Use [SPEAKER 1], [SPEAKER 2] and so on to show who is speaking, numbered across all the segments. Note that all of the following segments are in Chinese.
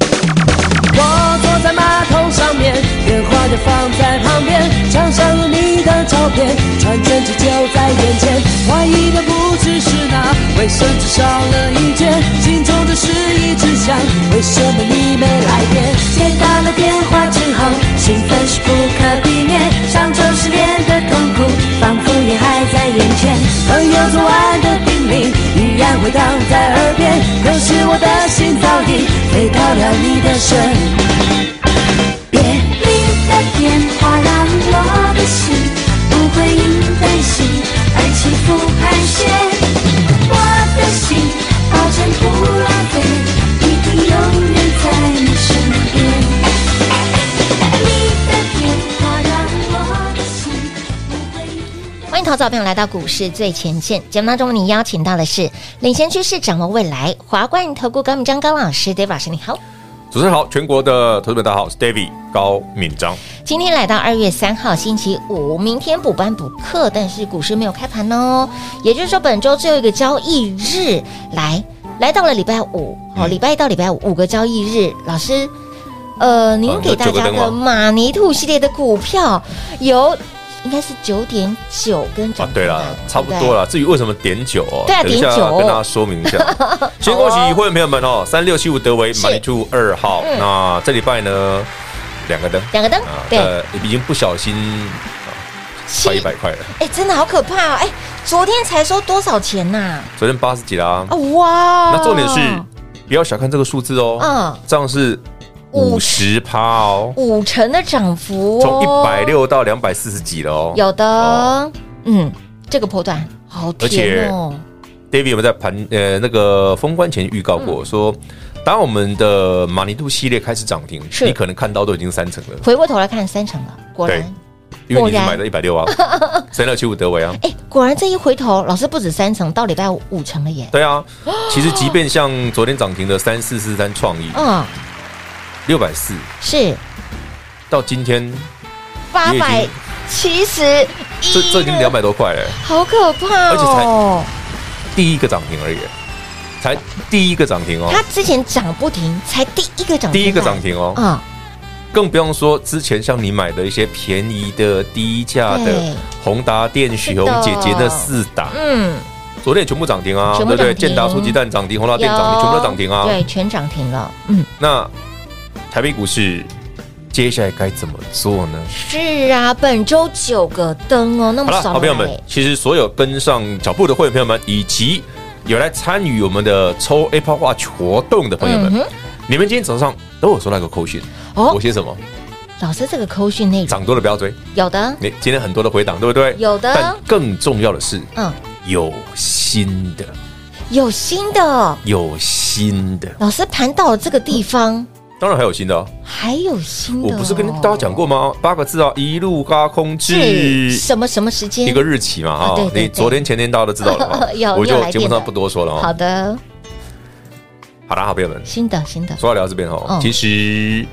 [SPEAKER 1] 我坐在马桶上面，电话就放在旁边，墙上有你的照片，传真机就在眼前。怀疑的不只是那卫生纸少了一卷，心中的事一直想，为什么你没来电？接打了电话之后，兴奋是不可避免，上周失恋的痛苦仿佛也还在眼前。朋友昨晚的叮咛依然回荡在耳边，可是我的心早已飞到了你的身。别离的电话让我的心不会因担心而起伏盘旋。我的心保证不浪费，一定永远在你身边。你的电话让我的心不会因。
[SPEAKER 2] 欢迎投资者朋友来到股市最前线节目当中，你邀请到的是领先趋势、掌握未来华冠投顾高敏章高老师，David 老师你好。
[SPEAKER 3] 主持人好，全国的投资者大家好，我是 David 高敏章。
[SPEAKER 2] 今天来到二月三号星期五，明天补班补课，但是股市没有开盘哦，也就是说本周最后一个交易日来来到了礼拜五，好、
[SPEAKER 3] 嗯
[SPEAKER 2] 礼拜一到礼拜五五个交易日，老师，呃，您
[SPEAKER 3] 嗯
[SPEAKER 2] 给大
[SPEAKER 3] 有九个
[SPEAKER 2] 家
[SPEAKER 3] 灯吗
[SPEAKER 2] 的马尼兔系列的股票有应该是九点九跟涨
[SPEAKER 3] 啊，对了，差不
[SPEAKER 2] 对
[SPEAKER 3] 多了。至于为什么点九哦，
[SPEAKER 2] 对啊
[SPEAKER 3] 等一
[SPEAKER 2] 点
[SPEAKER 3] 下
[SPEAKER 2] 九
[SPEAKER 3] 跟大家说明一 下。先恭喜会员朋友们哦，三六七五德维
[SPEAKER 2] 是
[SPEAKER 3] 买入二号。
[SPEAKER 2] 嗯
[SPEAKER 3] 那这礼拜呢，两个灯
[SPEAKER 2] 两个灯，
[SPEAKER 3] 啊，
[SPEAKER 2] 对，
[SPEAKER 3] 呃，已经不小心快一
[SPEAKER 2] 七
[SPEAKER 3] 百块了。
[SPEAKER 2] 哎、真的好可怕哦！哎、昨天才收多少钱呐、
[SPEAKER 3] 昨天八十几啦
[SPEAKER 2] 啊？。哇！
[SPEAKER 3] 那重点是不要小看这个数字哦，
[SPEAKER 2] 嗯，
[SPEAKER 3] 这样是
[SPEAKER 2] 五
[SPEAKER 3] 五十趴哦，
[SPEAKER 2] 五成的涨幅、哦，
[SPEAKER 3] 从一百六到两百四十几了哦。
[SPEAKER 2] 有的，
[SPEAKER 3] 哦
[SPEAKER 2] 嗯，这个波段好甜哦，
[SPEAKER 3] David 有没有在盘呃那个封关前预告
[SPEAKER 2] 嗯
[SPEAKER 3] 过、说，当我们的马尼度系列开始涨停，
[SPEAKER 2] 是
[SPEAKER 3] 你可能看到都已经三成了，
[SPEAKER 2] 回过头来看三成了，果然，
[SPEAKER 3] 因为你
[SPEAKER 2] 果
[SPEAKER 3] 是
[SPEAKER 2] 然
[SPEAKER 3] 买的一百六啊， 三六七五德维啊，
[SPEAKER 2] 哎、果然这一回头，老师不止三成，到礼拜五五成了耶，
[SPEAKER 3] 对啊，其实即便像昨天涨停的三四四三创意
[SPEAKER 2] 嗯，
[SPEAKER 3] 六百四，
[SPEAKER 2] 是
[SPEAKER 3] 到今天
[SPEAKER 2] 八
[SPEAKER 3] 你已
[SPEAKER 2] 百
[SPEAKER 3] 经
[SPEAKER 2] 七十一，
[SPEAKER 3] 这这已经两，百多块了，
[SPEAKER 2] 好可怕
[SPEAKER 3] 而且才
[SPEAKER 2] 哦！
[SPEAKER 3] 第一个涨停而已，才第一个涨停哦，
[SPEAKER 2] 它之前涨不停，才第一个涨停板，
[SPEAKER 3] 第一个涨停哦，
[SPEAKER 2] 嗯，
[SPEAKER 3] 更不用说之前像你买的一些便宜的、低价
[SPEAKER 2] 对
[SPEAKER 3] 的宏达电、许
[SPEAKER 2] 是
[SPEAKER 3] 宏
[SPEAKER 2] 的
[SPEAKER 3] 姐姐那四档。
[SPEAKER 2] 嗯，
[SPEAKER 3] 昨天也全部涨停啊，
[SPEAKER 2] 全部
[SPEAKER 3] 对不
[SPEAKER 2] 涨
[SPEAKER 3] 对？
[SPEAKER 2] 停
[SPEAKER 3] 建达出鸡蛋涨停，宏达电涨
[SPEAKER 2] 有
[SPEAKER 3] 停，全部都涨停啊。
[SPEAKER 2] 对，全涨停了，嗯，
[SPEAKER 3] 那台北股市接下来该怎么做呢？
[SPEAKER 2] 是啊，本周九个灯哦，那
[SPEAKER 3] 好
[SPEAKER 2] 么
[SPEAKER 3] 了，
[SPEAKER 2] 少
[SPEAKER 3] 好朋友
[SPEAKER 2] 买
[SPEAKER 3] 们，其实所有跟上脚步的会员朋友们，以及有来参与我们的抽 Apple Watch 活动的朋友
[SPEAKER 2] 嗯
[SPEAKER 3] 们，
[SPEAKER 2] 哼，
[SPEAKER 3] 你们今天早上都有收到一个扣讯，
[SPEAKER 2] 哦
[SPEAKER 3] 我写什么？
[SPEAKER 2] 老师这个扣讯内容
[SPEAKER 3] 涨多了不要追，
[SPEAKER 2] 有的，
[SPEAKER 3] 你今天很多的回档，对不对？
[SPEAKER 2] 有的
[SPEAKER 3] 但更重要的是，
[SPEAKER 2] 嗯，
[SPEAKER 3] 有新的，
[SPEAKER 2] 有新的。
[SPEAKER 3] 有新的，
[SPEAKER 2] 老师盘到了这个地方，
[SPEAKER 3] 当然还有新的哦。
[SPEAKER 2] 还有新的哦、
[SPEAKER 3] 我不是跟大家讲过吗？八个字啊，一路高空
[SPEAKER 2] 是
[SPEAKER 3] 至
[SPEAKER 2] 什么什么时间？
[SPEAKER 3] 一个日期嘛
[SPEAKER 2] 啊对
[SPEAKER 3] 哈。
[SPEAKER 2] 对对
[SPEAKER 3] 你昨天前天大家都知道了
[SPEAKER 2] 有
[SPEAKER 3] 哈，
[SPEAKER 2] 又
[SPEAKER 3] 我就
[SPEAKER 2] 来
[SPEAKER 3] 节目上不多说了
[SPEAKER 2] 好
[SPEAKER 3] 哈。
[SPEAKER 2] 的，
[SPEAKER 3] 好啦，好朋友们，
[SPEAKER 2] 新的新的，
[SPEAKER 3] 说到聊到这边
[SPEAKER 2] 嗯
[SPEAKER 3] 哈，其实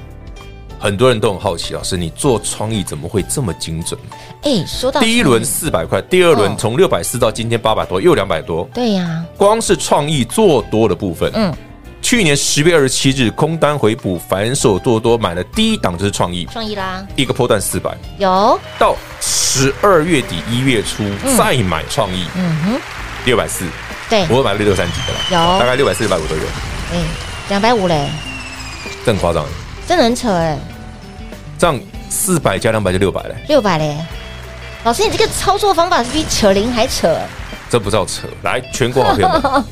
[SPEAKER 3] 很多人都很好奇，老师你做创意怎么会这么精准？
[SPEAKER 2] 哎，说到
[SPEAKER 3] 第一轮
[SPEAKER 2] 创意
[SPEAKER 3] 四百块，第二
[SPEAKER 2] 哦
[SPEAKER 3] 轮从六百四到今天八百多，又两百多，
[SPEAKER 2] 对呀、
[SPEAKER 3] 光是创意做多的部分，
[SPEAKER 2] 嗯，
[SPEAKER 3] 去年十月二十七日空单回补，反手做多买了第一档就是创意，
[SPEAKER 2] 创意啦，
[SPEAKER 3] 一个波段四百。
[SPEAKER 2] 有，
[SPEAKER 3] 到十二月底一月初、再买创意
[SPEAKER 2] 嗯哼，
[SPEAKER 3] 六百四，
[SPEAKER 2] 对，
[SPEAKER 3] 我有买了六三级的啦，
[SPEAKER 2] 有
[SPEAKER 3] 大概六百四、六百五都有，
[SPEAKER 2] 哎，两百五嘞，
[SPEAKER 3] 这很夸张，
[SPEAKER 2] 真的很扯哎，
[SPEAKER 3] 这样四百加两百就六百了，
[SPEAKER 2] 六百嘞，老师你这个操作方法是比扯铃还扯，
[SPEAKER 3] 这不叫扯。来，全国好朋 友们，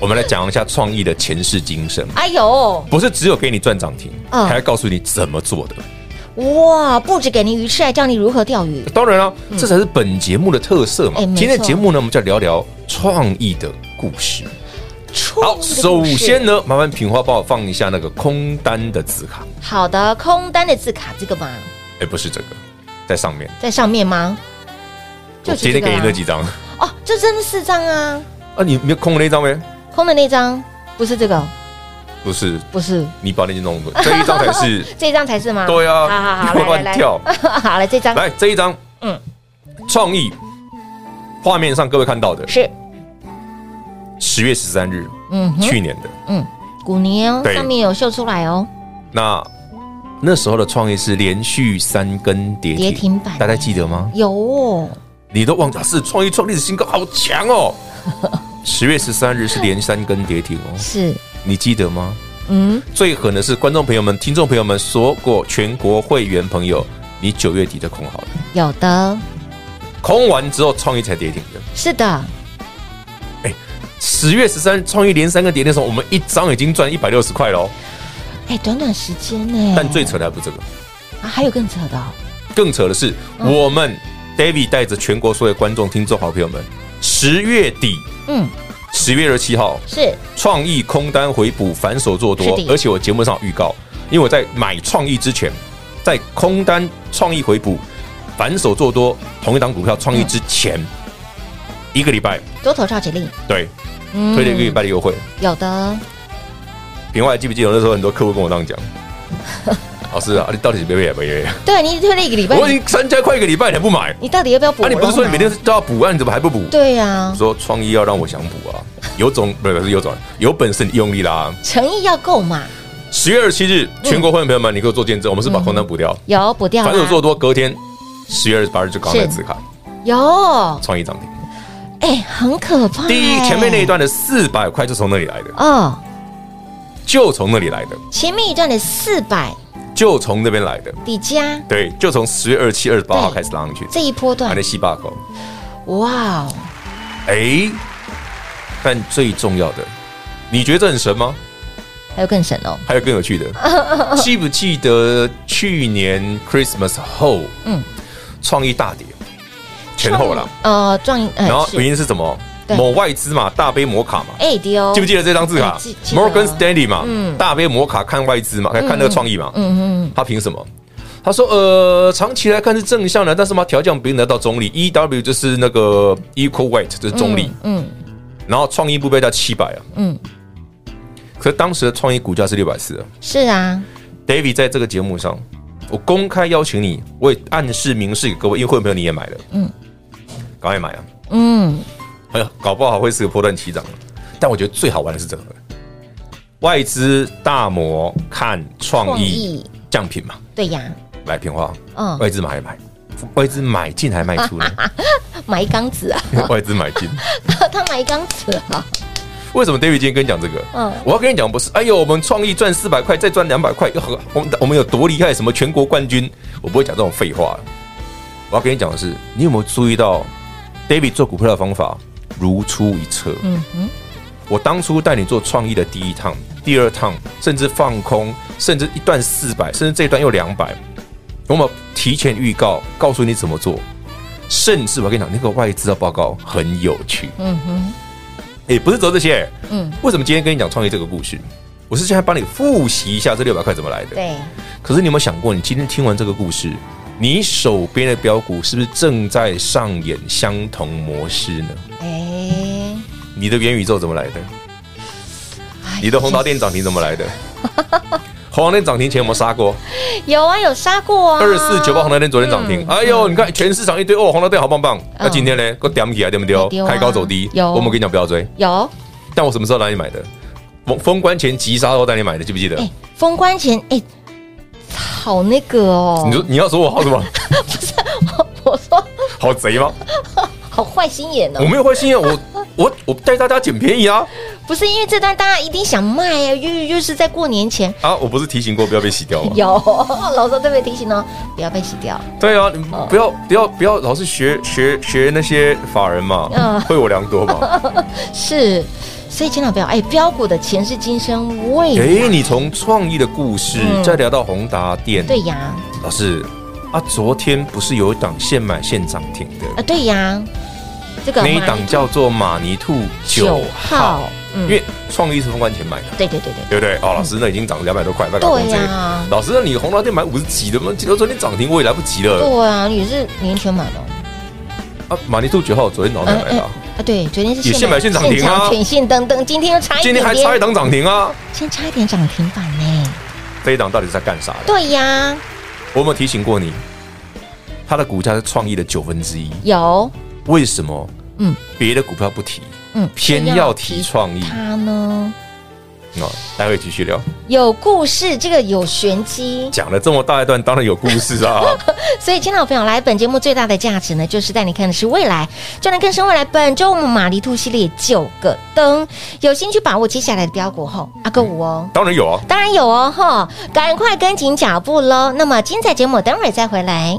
[SPEAKER 3] 我们来讲一下创意的前世今生，
[SPEAKER 2] 哎呦，
[SPEAKER 3] 不是只有给你赚涨停，
[SPEAKER 2] 嗯
[SPEAKER 3] 还要告诉你怎么做的。
[SPEAKER 2] 哇，不止给您鱼吃，还教你如何钓鱼。
[SPEAKER 3] 当然了，这才是本节目的特色嘛。
[SPEAKER 2] 嗯哎没错
[SPEAKER 3] 今天的节目呢，我们就来聊聊创意的故事。
[SPEAKER 2] 创意
[SPEAKER 3] 好，
[SPEAKER 2] 的
[SPEAKER 3] 首
[SPEAKER 2] 哦故事
[SPEAKER 3] 先呢，麻烦品花帮我放一下那个空单的字卡。
[SPEAKER 2] 好的，空单的字卡这个吗？
[SPEAKER 3] 哎，不是这个，在上面。
[SPEAKER 2] 在上面吗？
[SPEAKER 3] 我
[SPEAKER 2] 是
[SPEAKER 3] 今
[SPEAKER 2] 这
[SPEAKER 3] 天
[SPEAKER 2] 个
[SPEAKER 3] 给你
[SPEAKER 2] 啊
[SPEAKER 3] 那 几张
[SPEAKER 2] 哦，就真的四张啊，
[SPEAKER 3] 啊，你没有空的那张没？
[SPEAKER 2] 空的那张不是这个，
[SPEAKER 3] 不是，
[SPEAKER 2] 不是
[SPEAKER 3] 你把那些弄了，这一张才是。
[SPEAKER 2] 这张才是吗？
[SPEAKER 3] 对啊，
[SPEAKER 2] 好好好，
[SPEAKER 3] 你会
[SPEAKER 2] 来来
[SPEAKER 3] 乱跳。
[SPEAKER 2] 来，好来这张
[SPEAKER 3] 来这一张，
[SPEAKER 2] 嗯
[SPEAKER 3] 嗯，创意画面上各位看到的，
[SPEAKER 2] 是
[SPEAKER 3] 十月十三日，
[SPEAKER 2] 嗯哼
[SPEAKER 3] 去年的
[SPEAKER 2] 嗯，古尼哦，
[SPEAKER 3] 对
[SPEAKER 2] 上面有秀出来哦，
[SPEAKER 3] 那那时候的创意是连续三根跌停，
[SPEAKER 2] 跌停板
[SPEAKER 3] 大家记得吗？
[SPEAKER 2] 有哦，
[SPEAKER 3] 你都忘了是创意创历史新高，好 强哦！十月十三日是连三根跌停哦，
[SPEAKER 2] 是
[SPEAKER 3] 你记得吗？
[SPEAKER 2] 嗯
[SPEAKER 3] 最狠的是观众朋友们、听众朋友们说过，全国会员朋友，你九月底就空好了，
[SPEAKER 2] 有的，
[SPEAKER 3] 空完之后创意才跌停的。
[SPEAKER 2] 是的，
[SPEAKER 3] 十月十三创意连三个跌停的时候，我们一张已经赚一百六十块喽。
[SPEAKER 2] 哎，短短时间呢，
[SPEAKER 3] 但最扯的还不是这个，
[SPEAKER 2] 啊还有更扯的哦，
[SPEAKER 3] 更扯的是我们 David 带着全国所有观众、听众、好朋友们，十月底，
[SPEAKER 2] 嗯，
[SPEAKER 3] 十月二十七号，
[SPEAKER 2] 是
[SPEAKER 3] 创意空单回补，反手做多
[SPEAKER 2] 是，的
[SPEAKER 3] 而且我节目上有预告，因为我在买创意之前，在空单创意回补，反手做多同一档股票创意之前，一个礼拜，
[SPEAKER 2] 多头召集令，
[SPEAKER 3] 对，
[SPEAKER 2] 嗯
[SPEAKER 3] 推了一个礼拜的优惠。
[SPEAKER 2] 有的，
[SPEAKER 3] 平外记不记得那时候很多客户跟我这 样讲？老师啊，你到底是不要不要？
[SPEAKER 2] 对你推了一个礼拜，
[SPEAKER 3] 我已经参加快一个礼拜，你还不买？
[SPEAKER 2] 你到底要不要补？
[SPEAKER 3] 啊，你不是说你每天都要补啊？你怎么还不补？
[SPEAKER 2] 对啊呀
[SPEAKER 3] 我，说创意要让我想补啊，有种不是不是有种，有本事你用力啦、
[SPEAKER 2] 诚意要够嘛，
[SPEAKER 3] 十月二十七日，
[SPEAKER 2] 嗯
[SPEAKER 3] 全国会员朋友们，你给我做见证，我们是把空单补掉，
[SPEAKER 2] 有补掉啦
[SPEAKER 3] 反手做多，隔天十月二十八日就搞那字卡，
[SPEAKER 2] 有，
[SPEAKER 3] 创意涨停。
[SPEAKER 2] 哎，很可怕，
[SPEAKER 3] 第一，
[SPEAKER 2] 哎
[SPEAKER 3] 前面那一。段的四百块就从那里来的，
[SPEAKER 2] 哦，
[SPEAKER 3] 就从那里来的，
[SPEAKER 2] 前面一段的四百
[SPEAKER 3] 就从那边来的，
[SPEAKER 2] 底加
[SPEAKER 3] 对，就从十月二十七、二十八号
[SPEAKER 2] 对
[SPEAKER 3] 开始拉上去，
[SPEAKER 2] 这一波
[SPEAKER 3] 还
[SPEAKER 2] 段
[SPEAKER 3] 在，细坝口，
[SPEAKER 2] 哇哦，
[SPEAKER 3] 哎，但最重要的，你觉得这很神吗？
[SPEAKER 2] 还有更神哦，
[SPEAKER 3] 还有更有 趣的，记不记得去年 Christmas 后，
[SPEAKER 2] 嗯
[SPEAKER 3] 嗯，创意大跌，前后啦，
[SPEAKER 2] 呃，撞呃
[SPEAKER 3] 然后
[SPEAKER 2] 是
[SPEAKER 3] 原因是什么
[SPEAKER 2] 对？
[SPEAKER 3] 某外资嘛，大杯摩卡嘛，
[SPEAKER 2] 哎丢，
[SPEAKER 3] 记不记得这张字
[SPEAKER 2] 哎
[SPEAKER 3] 卡
[SPEAKER 2] 记记得
[SPEAKER 3] ？Morgan Stanley 嘛
[SPEAKER 2] 嗯，
[SPEAKER 3] 大杯摩卡看外资嘛，看看那个创意嘛，
[SPEAKER 2] 嗯嗯
[SPEAKER 3] 他凭什么？他说：“呃，长期来看是正向的，但是嘛，调降别人得到中立，EW 就是那个 equal weight，就是中立，
[SPEAKER 2] 嗯
[SPEAKER 3] 然后创意部被到七百啊，
[SPEAKER 2] 嗯，
[SPEAKER 3] 可是当时的创意股价是六百四啊。
[SPEAKER 2] 是啊，
[SPEAKER 3] David 在这个节目上，我公开邀请你，我也暗示明示给各位，因为会员朋友你也买了，
[SPEAKER 2] 嗯
[SPEAKER 3] 嗯，赶快买啊！
[SPEAKER 2] 嗯
[SPEAKER 3] 哎呀，搞不好会是个波段起涨。但我觉得最好玩的是这个，外资大摩看创
[SPEAKER 2] 创
[SPEAKER 3] 意
[SPEAKER 2] 意
[SPEAKER 3] 降品嘛，
[SPEAKER 2] 对呀，
[SPEAKER 3] 来平花，
[SPEAKER 2] 嗯
[SPEAKER 3] 外资买还买，外资买进还卖出 呢，
[SPEAKER 2] 买一缸子啊，
[SPEAKER 3] 外资买进。
[SPEAKER 2] 他买一缸子啊，
[SPEAKER 3] 为什么 David 今天跟你讲这个？
[SPEAKER 2] 嗯
[SPEAKER 3] 我要跟你讲不是，哎呦，我们创意赚四百块，再赚两百块，要很我们我们有多厉害，什么全国冠军，我不会讲这种废话。我要跟你讲的是，你有没有注意到 David 做股票的方法如出一辙？
[SPEAKER 2] 嗯嗯，
[SPEAKER 3] 我当初带你做创意的第一趟、第二趟，甚至放空，甚至一段四百，甚至这一段又两百，我们提前预告，告诉你怎么做。甚至我跟你讲，那个外资的报告很有趣。
[SPEAKER 2] 嗯哼，
[SPEAKER 3] 也不是走这些。
[SPEAKER 2] 嗯
[SPEAKER 3] 嗯，为什么今天跟你讲创业这个故事？我是现在帮你复习一下这六百块怎么来的。
[SPEAKER 2] 对，
[SPEAKER 3] 可是你有没有想过，你今天听完这个故事，你手边的标股是不是正在上演相同模式呢？
[SPEAKER 2] 哎，哎
[SPEAKER 3] 你的元宇宙怎么来的？你的宏达电涨停怎么来 的？宏达电涨停前有没有杀过？
[SPEAKER 2] 有啊，有杀过啊，
[SPEAKER 3] 二四九八宏达电昨天涨
[SPEAKER 2] 嗯
[SPEAKER 3] 停，哎呦，你看全市场一堆哦，宏达电好棒棒。那今天呢，给我点起来对不
[SPEAKER 2] 有嗯
[SPEAKER 3] 对？
[SPEAKER 2] 丢啊
[SPEAKER 3] 开高走低，
[SPEAKER 2] 有
[SPEAKER 3] 我们跟你讲不要追。
[SPEAKER 2] 有，
[SPEAKER 3] 但我什么时候让你买的？封封关前急杀后带你买的，记不记得？
[SPEAKER 2] 哎，封关前哎。好那个哦，
[SPEAKER 3] 你说你要说我好 什么？
[SPEAKER 2] 我说
[SPEAKER 3] 好贼吗？
[SPEAKER 2] 好坏心眼哦
[SPEAKER 3] 我，没有坏心眼，我我我带大家捡便宜啊！
[SPEAKER 2] 不是因为这段大家一定想卖呀、又又又是在过年前，
[SPEAKER 3] 啊，我不是提醒过不要被洗掉吗？
[SPEAKER 2] 有老师特别提醒哦，不要被洗掉。
[SPEAKER 3] 对啊，你
[SPEAKER 2] 嗯
[SPEAKER 3] 不要不要不要老是学学学那些法人嘛
[SPEAKER 2] 嗯，
[SPEAKER 3] 会我良多嘛。
[SPEAKER 2] 是，所以千万不要哎，标股的前世今生未
[SPEAKER 3] 哎，你从创意的故事
[SPEAKER 2] 嗯
[SPEAKER 3] 再聊到宏达电，
[SPEAKER 2] 对呀
[SPEAKER 3] 老师啊，昨天不是有一档现买现涨停
[SPEAKER 2] 啊
[SPEAKER 3] 的，
[SPEAKER 2] 对呀，这个
[SPEAKER 3] 那一
[SPEAKER 2] 马
[SPEAKER 3] 档叫做马尼兔九
[SPEAKER 2] 九
[SPEAKER 3] 号
[SPEAKER 2] 号，，
[SPEAKER 3] 因
[SPEAKER 2] 嗯，
[SPEAKER 3] 为创意是封关前买的。
[SPEAKER 2] 对对对对，
[SPEAKER 3] 对不对？哦，老师，那已经涨两百多块，卖搞
[SPEAKER 2] 对啊呀
[SPEAKER 3] 老师，那你宏达电买五十几的吗？记得昨天涨停，我也来不及了。
[SPEAKER 2] 对啊，你是年全买的哦，
[SPEAKER 3] 啊，马尼兔九号昨天早上买的啊，
[SPEAKER 2] 啊对，昨天是
[SPEAKER 3] 也现买现涨停啊
[SPEAKER 2] 全线登登，今天又差一
[SPEAKER 3] 今
[SPEAKER 2] 点
[SPEAKER 3] 天还
[SPEAKER 2] 点，
[SPEAKER 3] 差一档涨停啊！
[SPEAKER 2] 先差一点涨停板呢，
[SPEAKER 3] 这一档到底是在干啥的？
[SPEAKER 2] 对呀，
[SPEAKER 3] 我有没有提醒过你？它的股价是创意的九分之一，
[SPEAKER 2] 有
[SPEAKER 3] 为什么？
[SPEAKER 2] 嗯
[SPEAKER 3] 嗯，别的股票不提，
[SPEAKER 2] 嗯，
[SPEAKER 3] 偏要提创意
[SPEAKER 2] 它呢
[SPEAKER 3] 啊、待会继续聊。
[SPEAKER 2] 有故事，这个有玄机，
[SPEAKER 3] 讲了这么大一段，当然有故事 啊。
[SPEAKER 2] 所以，亲老朋友，来本节目最大的价值呢，就是带你看的是未来，就能更深未来。本周我们马尼兔系列九个灯，有兴趣把握接下来的标股后，阿哥五哦。
[SPEAKER 3] 当然有啊。
[SPEAKER 2] 当然有哦，哈！赶快跟紧脚步喽。那么精彩节目等会儿再回来。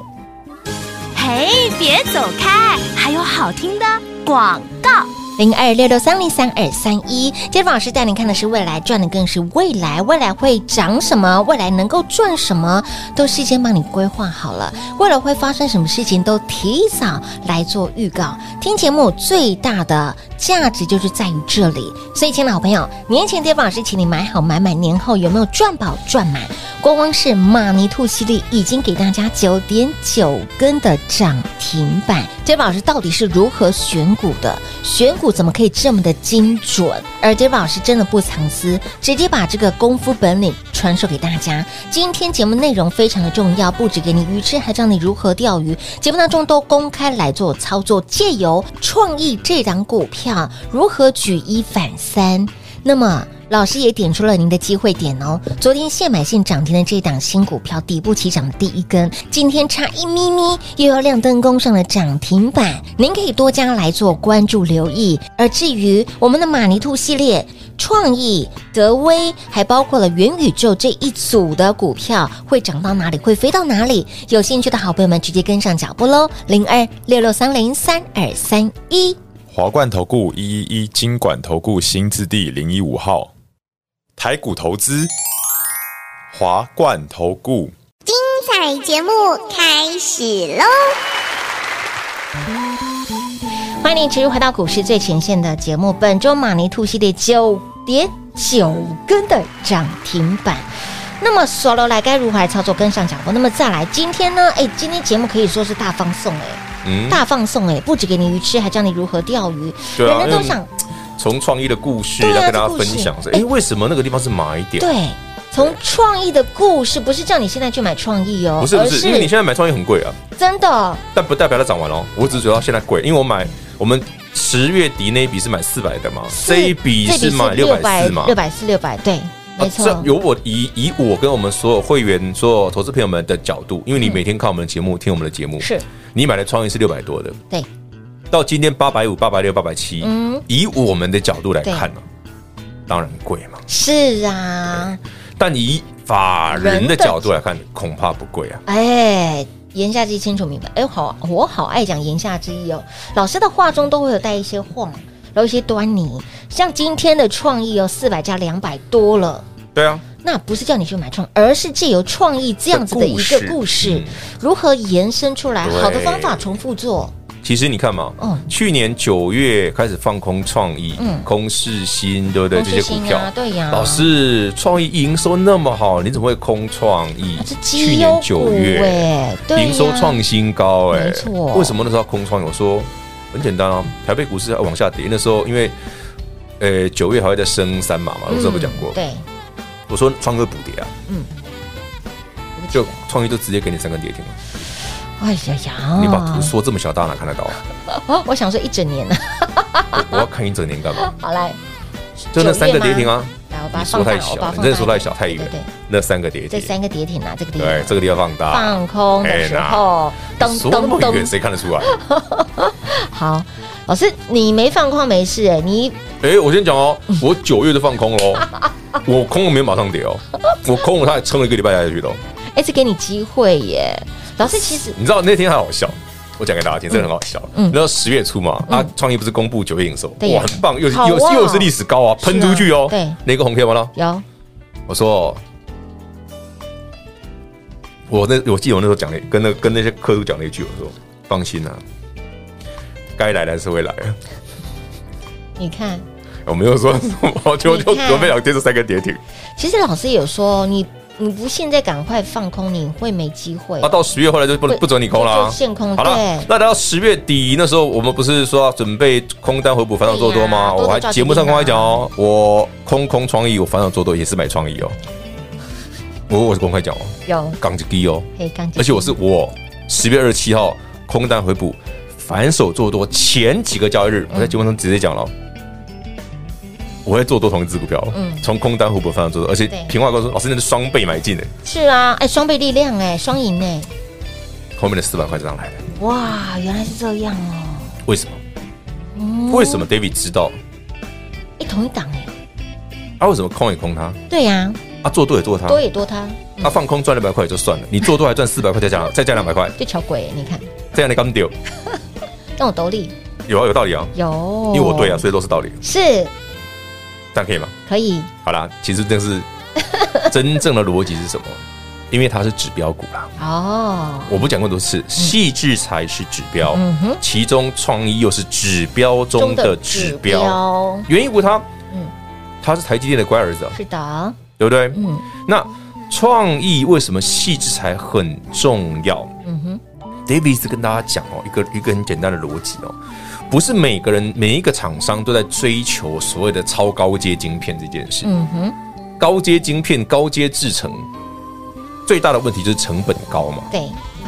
[SPEAKER 4] 嘿，别走开，还有好听的广告。
[SPEAKER 2] 零二六六三零三二三一。接着老师带您看的是未来，赚的更是未来，未来会涨什么，未来能够赚什么，都事先帮你规划好了。未来会发生什么事情，都提早来做预告。听节目最大的价值就是在于这里。所以，亲爱的好朋友，年前跌老师请你买好买满，年后有没有赚饱赚满？光光是马尼兔系列已经给大家九点九根的涨停板，杰宝老师到底是如何选股的？选股怎么可以这么的精准？而杰宝老师真的不藏私，直接把这个功夫本领传授给大家。今天节目内容非常的重要，不止给你鱼吃，还教你如何钓鱼。节目当中都公开来做操作，借由创意这档股票如何举一反三。那么。老师也点出了您的机会点哦。昨天现买现涨停的这档新股票底部起涨的第一根，今天差一咪咪又要亮灯攻上了涨停板，您可以多加来做关注留意。而至于我们的马尼兔系列、创意、德威，还包括了元宇宙这一组的股票会涨到哪里，会飞到哪里？有兴趣的好朋友们直接跟上脚步喽，零二六六三零三二三一。
[SPEAKER 5] 华冠投顾一一一金管投顾新字第零一五号，台股投资，华冠投顾。
[SPEAKER 6] 彩节目开始喽！
[SPEAKER 2] 欢迎你持续回到股市最前线的节目，本周马尼兔系列九点九根的涨停板。那么 solo 来该如何来操作跟上脚步？那么再来，今天呢？哎，今天节目可以说是大放送哎，
[SPEAKER 3] 嗯，
[SPEAKER 2] 大放送哎，不止给你鱼吃，还教你如何钓鱼，
[SPEAKER 3] 对啊
[SPEAKER 2] 人人都想
[SPEAKER 3] 从创意的故事
[SPEAKER 2] 对啊
[SPEAKER 3] 来跟大家
[SPEAKER 2] 这故
[SPEAKER 3] 分
[SPEAKER 2] 事
[SPEAKER 3] 享说，
[SPEAKER 2] 哎
[SPEAKER 3] 哎，为什么那个地方是买点？
[SPEAKER 2] 对。从创意的故事，不是叫你现在去买创意哦，
[SPEAKER 3] 不是不
[SPEAKER 2] 而
[SPEAKER 3] 是，因为你现在买创意很贵啊，
[SPEAKER 2] 真的
[SPEAKER 3] 但不代表它涨完了哦。我只是觉得它现在贵，因为我买我们十月底那一笔是买四百的嘛，这一笔是买六百四嘛
[SPEAKER 2] 六。百四六百，对，
[SPEAKER 3] 啊
[SPEAKER 2] 没
[SPEAKER 3] 这
[SPEAKER 2] 错，
[SPEAKER 3] 有我以以我跟我们所有会员、所有投资朋友们的角度，因为你每天看我们的节目、听我们的节目，
[SPEAKER 2] 是
[SPEAKER 3] 你买的创意是六百多的，
[SPEAKER 2] 对，
[SPEAKER 3] 到今天八百五、八百六、八百七
[SPEAKER 2] 嗯，
[SPEAKER 3] 以我们的角度来看呢、当然贵嘛。
[SPEAKER 2] 是啊，
[SPEAKER 3] 但以法人的角度来看，恐怕不贵啊。
[SPEAKER 2] 哎，言下之意清楚明白。哎，好，我好爱讲言下之意哦。老师的话中都会有带一些话，然后一些端倪。像今天的创意哦，四百加两百多了。
[SPEAKER 3] 对啊，
[SPEAKER 2] 那不是叫你去买创，而是借由创意这样子的一个
[SPEAKER 3] 的
[SPEAKER 2] 故
[SPEAKER 3] 故
[SPEAKER 2] 事，
[SPEAKER 3] 事嗯
[SPEAKER 2] 如何延伸出来
[SPEAKER 3] 对
[SPEAKER 2] 好的方法，重复做。
[SPEAKER 3] 其实你看嘛，
[SPEAKER 2] 嗯
[SPEAKER 3] 去年九月开始放空创意、
[SPEAKER 2] 嗯
[SPEAKER 3] 空世新，对不对？
[SPEAKER 2] 空
[SPEAKER 3] 这
[SPEAKER 2] 世
[SPEAKER 3] 些
[SPEAKER 2] 新
[SPEAKER 3] 股
[SPEAKER 2] 啊
[SPEAKER 3] 票，
[SPEAKER 2] 对呀
[SPEAKER 3] 老师，创意营收那么好，你怎么会空创意
[SPEAKER 2] 啊这？
[SPEAKER 3] 去
[SPEAKER 2] 绩优
[SPEAKER 3] 年
[SPEAKER 2] 股
[SPEAKER 3] 九月
[SPEAKER 2] 哎，对呀
[SPEAKER 3] 营收创新高，哎
[SPEAKER 2] 没错，
[SPEAKER 3] 为什么那时候要空创？我说很简单啊，台北股市要往下跌，那时候因为。呃，九月还会再升三码嘛？我之前不讲过
[SPEAKER 2] 嗯，对，嗯
[SPEAKER 3] 我说创哥补跌啊，
[SPEAKER 2] 我记得
[SPEAKER 3] 就创意就直接给你三根跌停了。
[SPEAKER 2] 哎呀呀，
[SPEAKER 3] 你把图缩这么小，大家哪看得到啊？
[SPEAKER 2] 哦，我想说一整年呢。
[SPEAKER 3] 我我要看一整年干嘛？
[SPEAKER 2] 好来，
[SPEAKER 3] 就那三个跌停啊！
[SPEAKER 2] 来哦我把它
[SPEAKER 3] 你说
[SPEAKER 2] 放大，
[SPEAKER 3] 太
[SPEAKER 2] 我把它
[SPEAKER 3] 小，你
[SPEAKER 2] 放
[SPEAKER 3] 真
[SPEAKER 2] 大
[SPEAKER 3] 的说太小太
[SPEAKER 2] 对
[SPEAKER 3] 远
[SPEAKER 2] 对对。
[SPEAKER 3] 那三个跌
[SPEAKER 2] 这
[SPEAKER 3] 停，
[SPEAKER 2] 三个跌停啊，这个地
[SPEAKER 3] 对
[SPEAKER 2] 方，
[SPEAKER 3] 这个地方放大，
[SPEAKER 2] 放空的时候，噔
[SPEAKER 3] 说哎
[SPEAKER 2] 噔
[SPEAKER 3] 那么远
[SPEAKER 2] 噔，
[SPEAKER 3] 谁看 得出来？
[SPEAKER 2] 好，老师你没放空没事哎，你
[SPEAKER 3] 哎，我先讲哦，我九月就放空喽， 我空了没有马上跌哦，我空了它还撑了一个礼拜下去的哦。
[SPEAKER 2] 哎这给你机会耶，老师其实
[SPEAKER 3] 你知道那天还好笑，我讲给大家听，真的很好笑。然后十月初嘛，啊，创意不是公布九月营收，
[SPEAKER 2] 嗯对呀
[SPEAKER 3] 哇，很棒，又是
[SPEAKER 2] 好
[SPEAKER 3] 又
[SPEAKER 2] 哇
[SPEAKER 3] 是又是历史高啊，喷出去哦。
[SPEAKER 2] 是啊对
[SPEAKER 3] 哪个红 K 完了？
[SPEAKER 2] 有
[SPEAKER 3] 我说，我那我记得我那时候讲了，跟那跟那些客户讲了一句，我说放心啊，该来的还是会来啊。
[SPEAKER 2] 你看，
[SPEAKER 3] 我没有说 什么，就就
[SPEAKER 2] 你看
[SPEAKER 3] 准备两天这三个跌停
[SPEAKER 2] 其实老师有说，你你不现在赶快放空，你会没机会
[SPEAKER 3] 啊。。到十月后来就不
[SPEAKER 2] 对
[SPEAKER 3] 不准你空了、
[SPEAKER 2] 就
[SPEAKER 3] 啊，
[SPEAKER 2] 就限空
[SPEAKER 3] 好了
[SPEAKER 2] 对，
[SPEAKER 3] 那到十月底那时候，我们不是说要准备空单回补，反手做多
[SPEAKER 2] 对
[SPEAKER 3] 吗？
[SPEAKER 2] 呀多
[SPEAKER 3] 我
[SPEAKER 2] 多
[SPEAKER 3] 还
[SPEAKER 2] 抓
[SPEAKER 3] 节目上
[SPEAKER 2] 紧
[SPEAKER 3] 公
[SPEAKER 2] 啊
[SPEAKER 3] 开讲哦，我空空创意，我反手做多也是买创意哦。我我是公开讲哦，
[SPEAKER 2] 有
[SPEAKER 3] 港子低哦，
[SPEAKER 2] 可以钢琴，
[SPEAKER 3] 而且我是我十月二十七号空单回补，反手做多前几个交易日，我在节目上直接讲了，我会做多同一只股票，
[SPEAKER 2] 嗯
[SPEAKER 3] 从空单回补反手做多，而且
[SPEAKER 2] 对
[SPEAKER 3] 平话告诉老师那是双倍买进的，
[SPEAKER 2] 是啊，哎，双倍力量哎，双赢哎，
[SPEAKER 3] 后面的四百块就上来了，
[SPEAKER 2] 哇，原来是这样哦。
[SPEAKER 3] 为什么？
[SPEAKER 2] 嗯
[SPEAKER 3] 为什么 David 知道？
[SPEAKER 2] 哎同一档哎？
[SPEAKER 3] 啊，为什么空也空他？
[SPEAKER 2] 对呀，
[SPEAKER 3] 啊，做多也做他，
[SPEAKER 2] 多也多他嗯
[SPEAKER 3] 啊，放空赚两百块也就算了，你做多还赚四百块，再加再加两百块，
[SPEAKER 2] 就巧鬼，你看
[SPEAKER 3] 这样你敢丢？
[SPEAKER 2] 让我斗力
[SPEAKER 3] 有啊，有道理啊，
[SPEAKER 2] 有，
[SPEAKER 3] 因为我对啊，所以都是道理，
[SPEAKER 2] 是
[SPEAKER 3] 这样可以吗？
[SPEAKER 2] 可以
[SPEAKER 3] 好啦，其实这 是真正的逻辑是什么？因为它是指标股啦，
[SPEAKER 2] 哦，
[SPEAKER 3] 我不讲过多次，细致才是指标，
[SPEAKER 2] 嗯哼，
[SPEAKER 3] 其中创意又是指标中的指标。
[SPEAKER 2] 标
[SPEAKER 3] 原因股它
[SPEAKER 2] 嗯，
[SPEAKER 3] 它是台积电的乖儿子啊，
[SPEAKER 2] 是的，
[SPEAKER 3] 对不对？
[SPEAKER 2] 嗯
[SPEAKER 3] 那创意为什么细致才很重要？
[SPEAKER 2] 嗯哼，
[SPEAKER 3] David 是跟大家讲哦，一个一个很简单的逻辑哦，不是每个人每一个厂商都在追求所谓的超高阶晶片这件事。
[SPEAKER 2] 嗯哼，
[SPEAKER 3] 高阶晶片、高阶制程，最大的问题就是成本高嘛，
[SPEAKER 2] 对，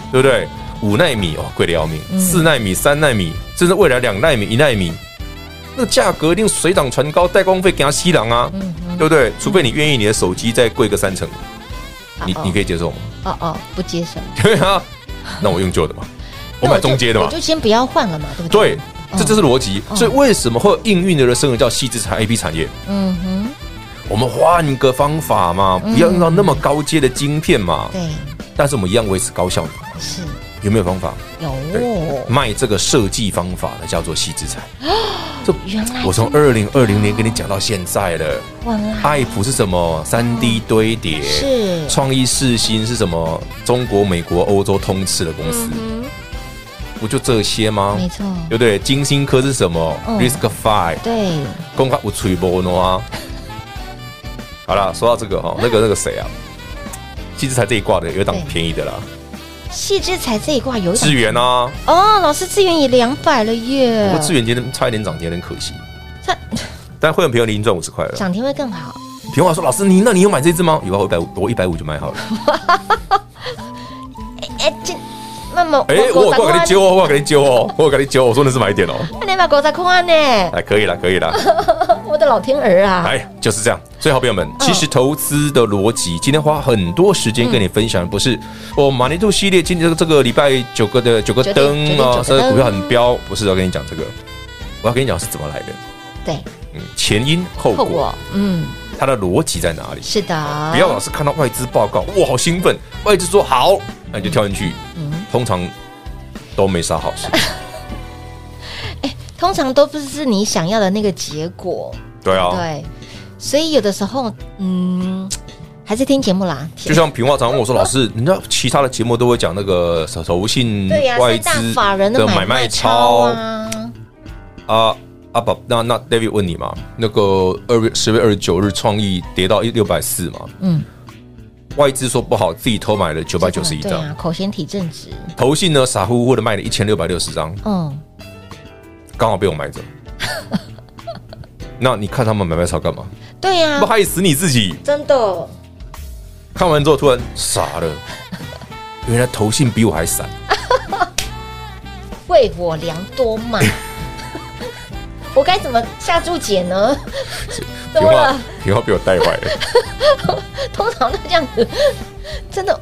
[SPEAKER 3] 对不对？五纳米哦，贵的要命，
[SPEAKER 2] 嗯
[SPEAKER 3] 四纳米、三纳米，甚至未来两纳米、一纳米，那个价格一定水涨船高，代工费给他吸狼啊，
[SPEAKER 2] 嗯哼，
[SPEAKER 3] 对不对？除非你愿意你的手机再贵个三成，你
[SPEAKER 2] 哦
[SPEAKER 3] 你可以 接受吗？
[SPEAKER 2] 哦哦，不接受，
[SPEAKER 3] 对啊，那我用旧的嘛，我买中阶的嘛
[SPEAKER 2] 我。嗯就先不要换了嘛，对不对？
[SPEAKER 3] 对，这这是逻辑。所以为什么会有应运的人生而叫细资产 A B 产业？
[SPEAKER 2] 嗯哼，
[SPEAKER 3] 我们换个方法嘛，不要用到那么高阶的晶片嘛，
[SPEAKER 2] 嗯对，
[SPEAKER 3] 但是我们一样维持高效能。
[SPEAKER 2] 是
[SPEAKER 3] 有没有方法
[SPEAKER 2] 有，哦
[SPEAKER 3] 卖这个设计方法的叫做细资产？这
[SPEAKER 2] 哦原来
[SPEAKER 3] 我从二零二零年跟你讲到现在了。
[SPEAKER 2] 哇啦，
[SPEAKER 3] 爱普是什么？三 D 堆叠
[SPEAKER 2] 是
[SPEAKER 3] 创意世新是什么？中国、美国、欧洲通吃的公司，不就这些吗？
[SPEAKER 2] 嗯没错，
[SPEAKER 3] 对不对？金星科是什么
[SPEAKER 2] 嗯
[SPEAKER 3] ？Risk Five，
[SPEAKER 2] 对，
[SPEAKER 3] 公开有吹波喏啊。好啦，说到这个哈，那个那个谁啊，其实才这一挂的有一档
[SPEAKER 2] 嗯对
[SPEAKER 3] 便宜的啦，
[SPEAKER 2] 细之才这一挂有一档
[SPEAKER 3] 智源啊，
[SPEAKER 2] 哦，老师资源也两百了
[SPEAKER 3] 不
[SPEAKER 2] 耶
[SPEAKER 3] 过，智源今天差一点涨停，有点可惜。
[SPEAKER 2] 这
[SPEAKER 3] 但会很朋友你已经赚五十块了。
[SPEAKER 2] 涨停会更好，
[SPEAKER 3] 平话说，老师你那你有买这只吗？有啊，我一百五，我一百五就买 好了。
[SPEAKER 2] 哎，这那么
[SPEAKER 3] 哎，我我
[SPEAKER 2] 啊
[SPEAKER 3] 给你揪哦，我给你 揪哦，我给你揪哦，我说那是买点哦，
[SPEAKER 2] 两百九十块啊呢，
[SPEAKER 3] 哎，可以啦，可以啦。
[SPEAKER 2] 我的老天儿啊！
[SPEAKER 3] 哎，就是这样。所以，好朋友们，其实投资的逻辑，今天花很多时间跟你分享，不是我马尼兔系列今天这个这个礼拜九个的九个
[SPEAKER 2] 嗯九点
[SPEAKER 3] 灯
[SPEAKER 2] 九点
[SPEAKER 3] 啊，
[SPEAKER 2] 九个
[SPEAKER 3] 这个股票
[SPEAKER 2] 灯
[SPEAKER 3] 很飙，不是要跟你讲这个，我要跟你讲是怎么来的，
[SPEAKER 2] 对，
[SPEAKER 3] 嗯，前因后
[SPEAKER 2] 后
[SPEAKER 3] 果
[SPEAKER 2] 果，，嗯，
[SPEAKER 3] 它的逻辑在哪里？
[SPEAKER 2] 是的，
[SPEAKER 3] 不要老是看到外资报告，哇，好兴奋，外资说好，那你就跳进去，
[SPEAKER 2] 嗯
[SPEAKER 3] 通常都没 啥好事，
[SPEAKER 2] 通常都不是你想要的那个结果，
[SPEAKER 3] 对啊。
[SPEAKER 2] 对，所以有的时候，嗯，还是听节目啦，
[SPEAKER 3] 就像平话常 问我说：“老师，人家其他的节目都会讲那个投信
[SPEAKER 2] 对呀、
[SPEAKER 3] 嗯外
[SPEAKER 2] 三大
[SPEAKER 3] 资
[SPEAKER 2] 法人的买卖超啊，
[SPEAKER 3] 啊啊宝，那那 David 问你嘛，那个二月十月二十九日创意跌到一六百四嘛，
[SPEAKER 2] 嗯，
[SPEAKER 3] 外资说不好，自己偷买了九百九十一
[SPEAKER 2] 对
[SPEAKER 3] 张，
[SPEAKER 2] 啊，口嫌体正直，
[SPEAKER 3] 投信呢傻乎乎的卖了一千六百六十张，
[SPEAKER 2] 嗯，
[SPEAKER 3] 刚好被我买 走。那你看他们买卖潮干嘛？
[SPEAKER 2] 对呀、
[SPEAKER 3] 不害死你自己！
[SPEAKER 2] 啊真的，
[SPEAKER 3] 看完之后突然傻 了，原来投信比我还散，
[SPEAKER 2] 为我良多 嘛。我该怎么下注解呢？ 怎
[SPEAKER 3] 平
[SPEAKER 2] 么
[SPEAKER 3] 话
[SPEAKER 2] 了？
[SPEAKER 3] 平话被我带坏 了。
[SPEAKER 2] 通常都这样子，真的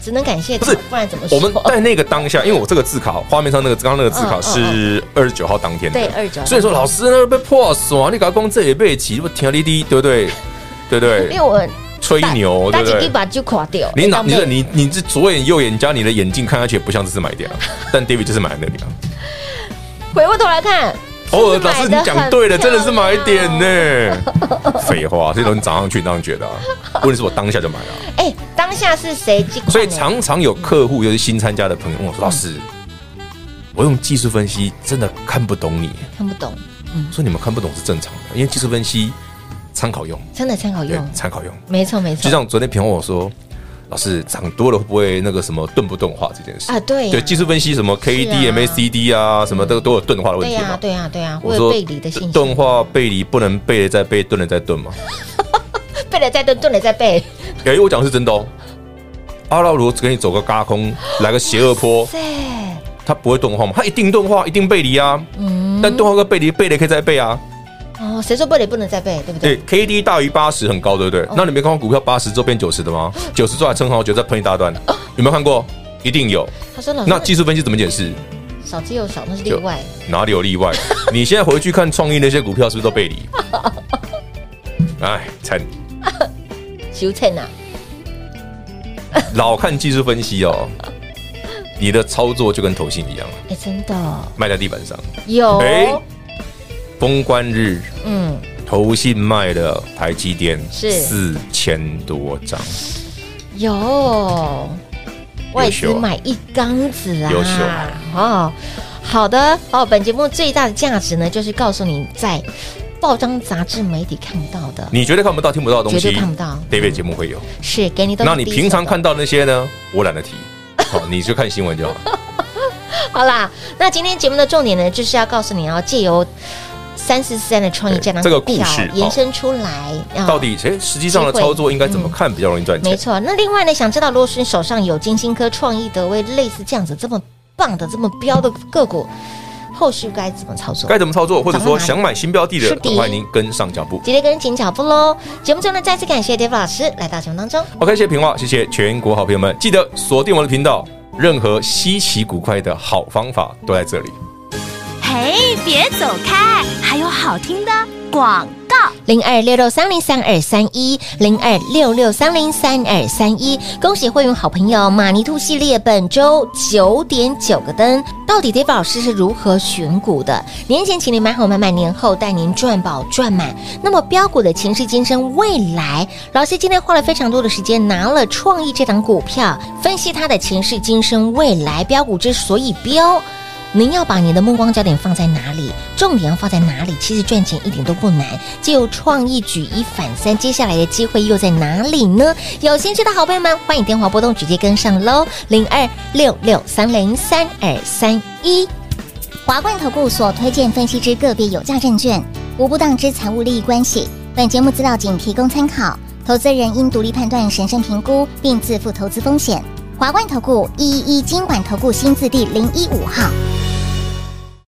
[SPEAKER 2] 只能感谢他，
[SPEAKER 3] 不是
[SPEAKER 2] 不然怎么说？
[SPEAKER 3] 我们在那个当下，因为我这个字卡画面上那个刚刚那个字卡
[SPEAKER 2] 嗯嗯
[SPEAKER 3] 是二十九号当天的，
[SPEAKER 2] 对29号
[SPEAKER 3] 所以说 老师那个被破爽，你搞公这也被起，我听你的，对不对？对不
[SPEAKER 2] 因为？
[SPEAKER 3] 对
[SPEAKER 2] 我
[SPEAKER 3] 吹牛，对
[SPEAKER 2] 但
[SPEAKER 3] 不
[SPEAKER 2] 是一
[SPEAKER 3] 对？
[SPEAKER 2] 把就垮掉。
[SPEAKER 3] 你哪？
[SPEAKER 2] 哎
[SPEAKER 3] 你的你你是左眼右眼加你的眼镜看下去也不像这是 买点啊，但 David 就是买那里啊。
[SPEAKER 2] 回过头来看，
[SPEAKER 3] 偶哦尔老师
[SPEAKER 2] 买
[SPEAKER 3] 你
[SPEAKER 2] 得
[SPEAKER 3] 讲
[SPEAKER 2] 很
[SPEAKER 3] 对了，真的是买
[SPEAKER 2] 漂
[SPEAKER 3] 点
[SPEAKER 2] 亮啊
[SPEAKER 3] 呢。废话，这东西涨上去当然觉得啊，问题是我当下就买了啊、
[SPEAKER 2] 哎，当下是谁进？
[SPEAKER 3] 所以常常有客户，尤其新参加的朋友问我说：“老师，我用技术分析真的看不懂你。
[SPEAKER 2] 看不懂，”
[SPEAKER 3] 我说你们看不懂是正常的，因为技术分析参考用，
[SPEAKER 2] 真的参考
[SPEAKER 3] 对
[SPEAKER 2] 用，。
[SPEAKER 3] 参考用。
[SPEAKER 2] 没错没
[SPEAKER 3] 就
[SPEAKER 2] 错，
[SPEAKER 3] 像昨天朋友问我说：“老师，涨多了会不会那个什么钝不钝化这件事
[SPEAKER 2] 啊对啊
[SPEAKER 3] 对，技术分析什么 K D
[SPEAKER 2] 是啊
[SPEAKER 3] M A C D 啊，什么都都有钝化的问
[SPEAKER 2] 对
[SPEAKER 3] 题
[SPEAKER 2] 呀
[SPEAKER 3] 嘛。
[SPEAKER 2] 对啊呀对呀，
[SPEAKER 3] 我
[SPEAKER 2] 会
[SPEAKER 3] 说
[SPEAKER 2] 有背离的信
[SPEAKER 3] 钝
[SPEAKER 2] 息，
[SPEAKER 3] 化背离不能背了再背，钝了再钝嘛。
[SPEAKER 2] 背了再蹲，蹲了再背，
[SPEAKER 3] 哎、我讲的是真的哦。阿拉如给你走个嘎空，来个斜恶坡，
[SPEAKER 2] 对，
[SPEAKER 3] 它不会钝化吗？它一定钝化，一定背离啊。
[SPEAKER 2] 嗯
[SPEAKER 3] 但钝化跟背离，背了可以再背啊。
[SPEAKER 2] 哦，谁说背了不能再背，对不对？哦
[SPEAKER 3] 对，K D 大于八十很高，对不对？那你没看过股票八十之后变九十的吗？九十之后还称好久再喷一大段，
[SPEAKER 2] 哦
[SPEAKER 3] 有没有看过？一定有。
[SPEAKER 2] 他说老
[SPEAKER 3] 那技
[SPEAKER 2] 师，
[SPEAKER 3] 术分析怎么解释？
[SPEAKER 2] 少之又少，那是例外。
[SPEAKER 3] 哪里有例外？你现在回去看创意那些股票是不是都 背离？哎，惨！
[SPEAKER 2] 修正啊，
[SPEAKER 3] 老看技术分析哦，你的操作就跟投信一样，
[SPEAKER 2] 哎，真的
[SPEAKER 3] 卖在地板上。
[SPEAKER 2] 有，
[SPEAKER 3] 哎封关日，
[SPEAKER 2] 嗯，
[SPEAKER 3] 投信卖了台积电
[SPEAKER 2] 是
[SPEAKER 3] 四千多张，
[SPEAKER 2] 有外资买一缸子啊，
[SPEAKER 3] 啊优秀
[SPEAKER 2] 哦，好的哦。本节目最大的价值呢，就是告诉你在报章、杂志、媒体看不到的，
[SPEAKER 3] 你绝对看不到、听不到的东
[SPEAKER 2] 绝
[SPEAKER 3] 西，
[SPEAKER 2] 对看不到嗯
[SPEAKER 3] David 节目会有，
[SPEAKER 2] 是给你都是
[SPEAKER 3] 那你
[SPEAKER 2] 第一手
[SPEAKER 3] 平常
[SPEAKER 2] 的
[SPEAKER 3] 看到那些呢？我懒 得提，好，你就看新闻就好。
[SPEAKER 2] 嗯好啦，那今天节目的重点呢，就是要告诉你要借由三四三的创意
[SPEAKER 3] 对
[SPEAKER 2] 这张
[SPEAKER 3] 这个
[SPEAKER 2] 股票
[SPEAKER 3] 故事哦
[SPEAKER 2] 延伸出来，啊
[SPEAKER 3] 到底谁实际上的
[SPEAKER 2] 机会嗯
[SPEAKER 3] 操作应该怎么看比较容易赚
[SPEAKER 2] 没
[SPEAKER 3] 钱？
[SPEAKER 2] 错。那另外呢，想知道如果是你手上有金星科、创意、德威类似这样子这么棒的、这么标的个股，后续该怎么操作？
[SPEAKER 3] 该怎么操作，或者
[SPEAKER 2] 掌握
[SPEAKER 3] 说
[SPEAKER 2] 哪里
[SPEAKER 3] 想买新标的的
[SPEAKER 2] 是，的
[SPEAKER 3] 很欢迎您跟上脚步。
[SPEAKER 2] 直接跟人紧脚步喽！节目最后呢，再次感谢 Dave 老师来到节目当中。
[SPEAKER 3] OK，谢谢平话，谢谢全国好朋友们，记得锁定我的频道，任何稀奇古怪的好方法都在这里。
[SPEAKER 4] 嘿，别走开，还有好听的广告。
[SPEAKER 2] 零二六六三零三二三一，零二六六三零三二三一。恭喜会员好朋友马尼兔系列本周九点九个灯，到底 Dave 老师是如何选股的？年前请您买好买满，年后带您赚饱赚满。那么标股的前世今生，未来老师今天花了非常多的时间，拿了创意这档股票，分析它的前世今生、未来标股之所以标。您要把你的目光焦点放在哪里，重点要放在哪里？其实赚钱一点都不难，借由创意举一反三，接下来的机会又在哪里呢？有兴趣的好朋友们，欢迎电话拨通，直接跟上喽，零二六六三零三二三一。
[SPEAKER 6] 华冠投顾所推荐分析之个别有价证券，无不当之财务利益关系。本节目资料仅提供参考，投资人应独立判断、审慎评估，并自负投资风险。华冠投顾一一一金管投顾新字第零一五号。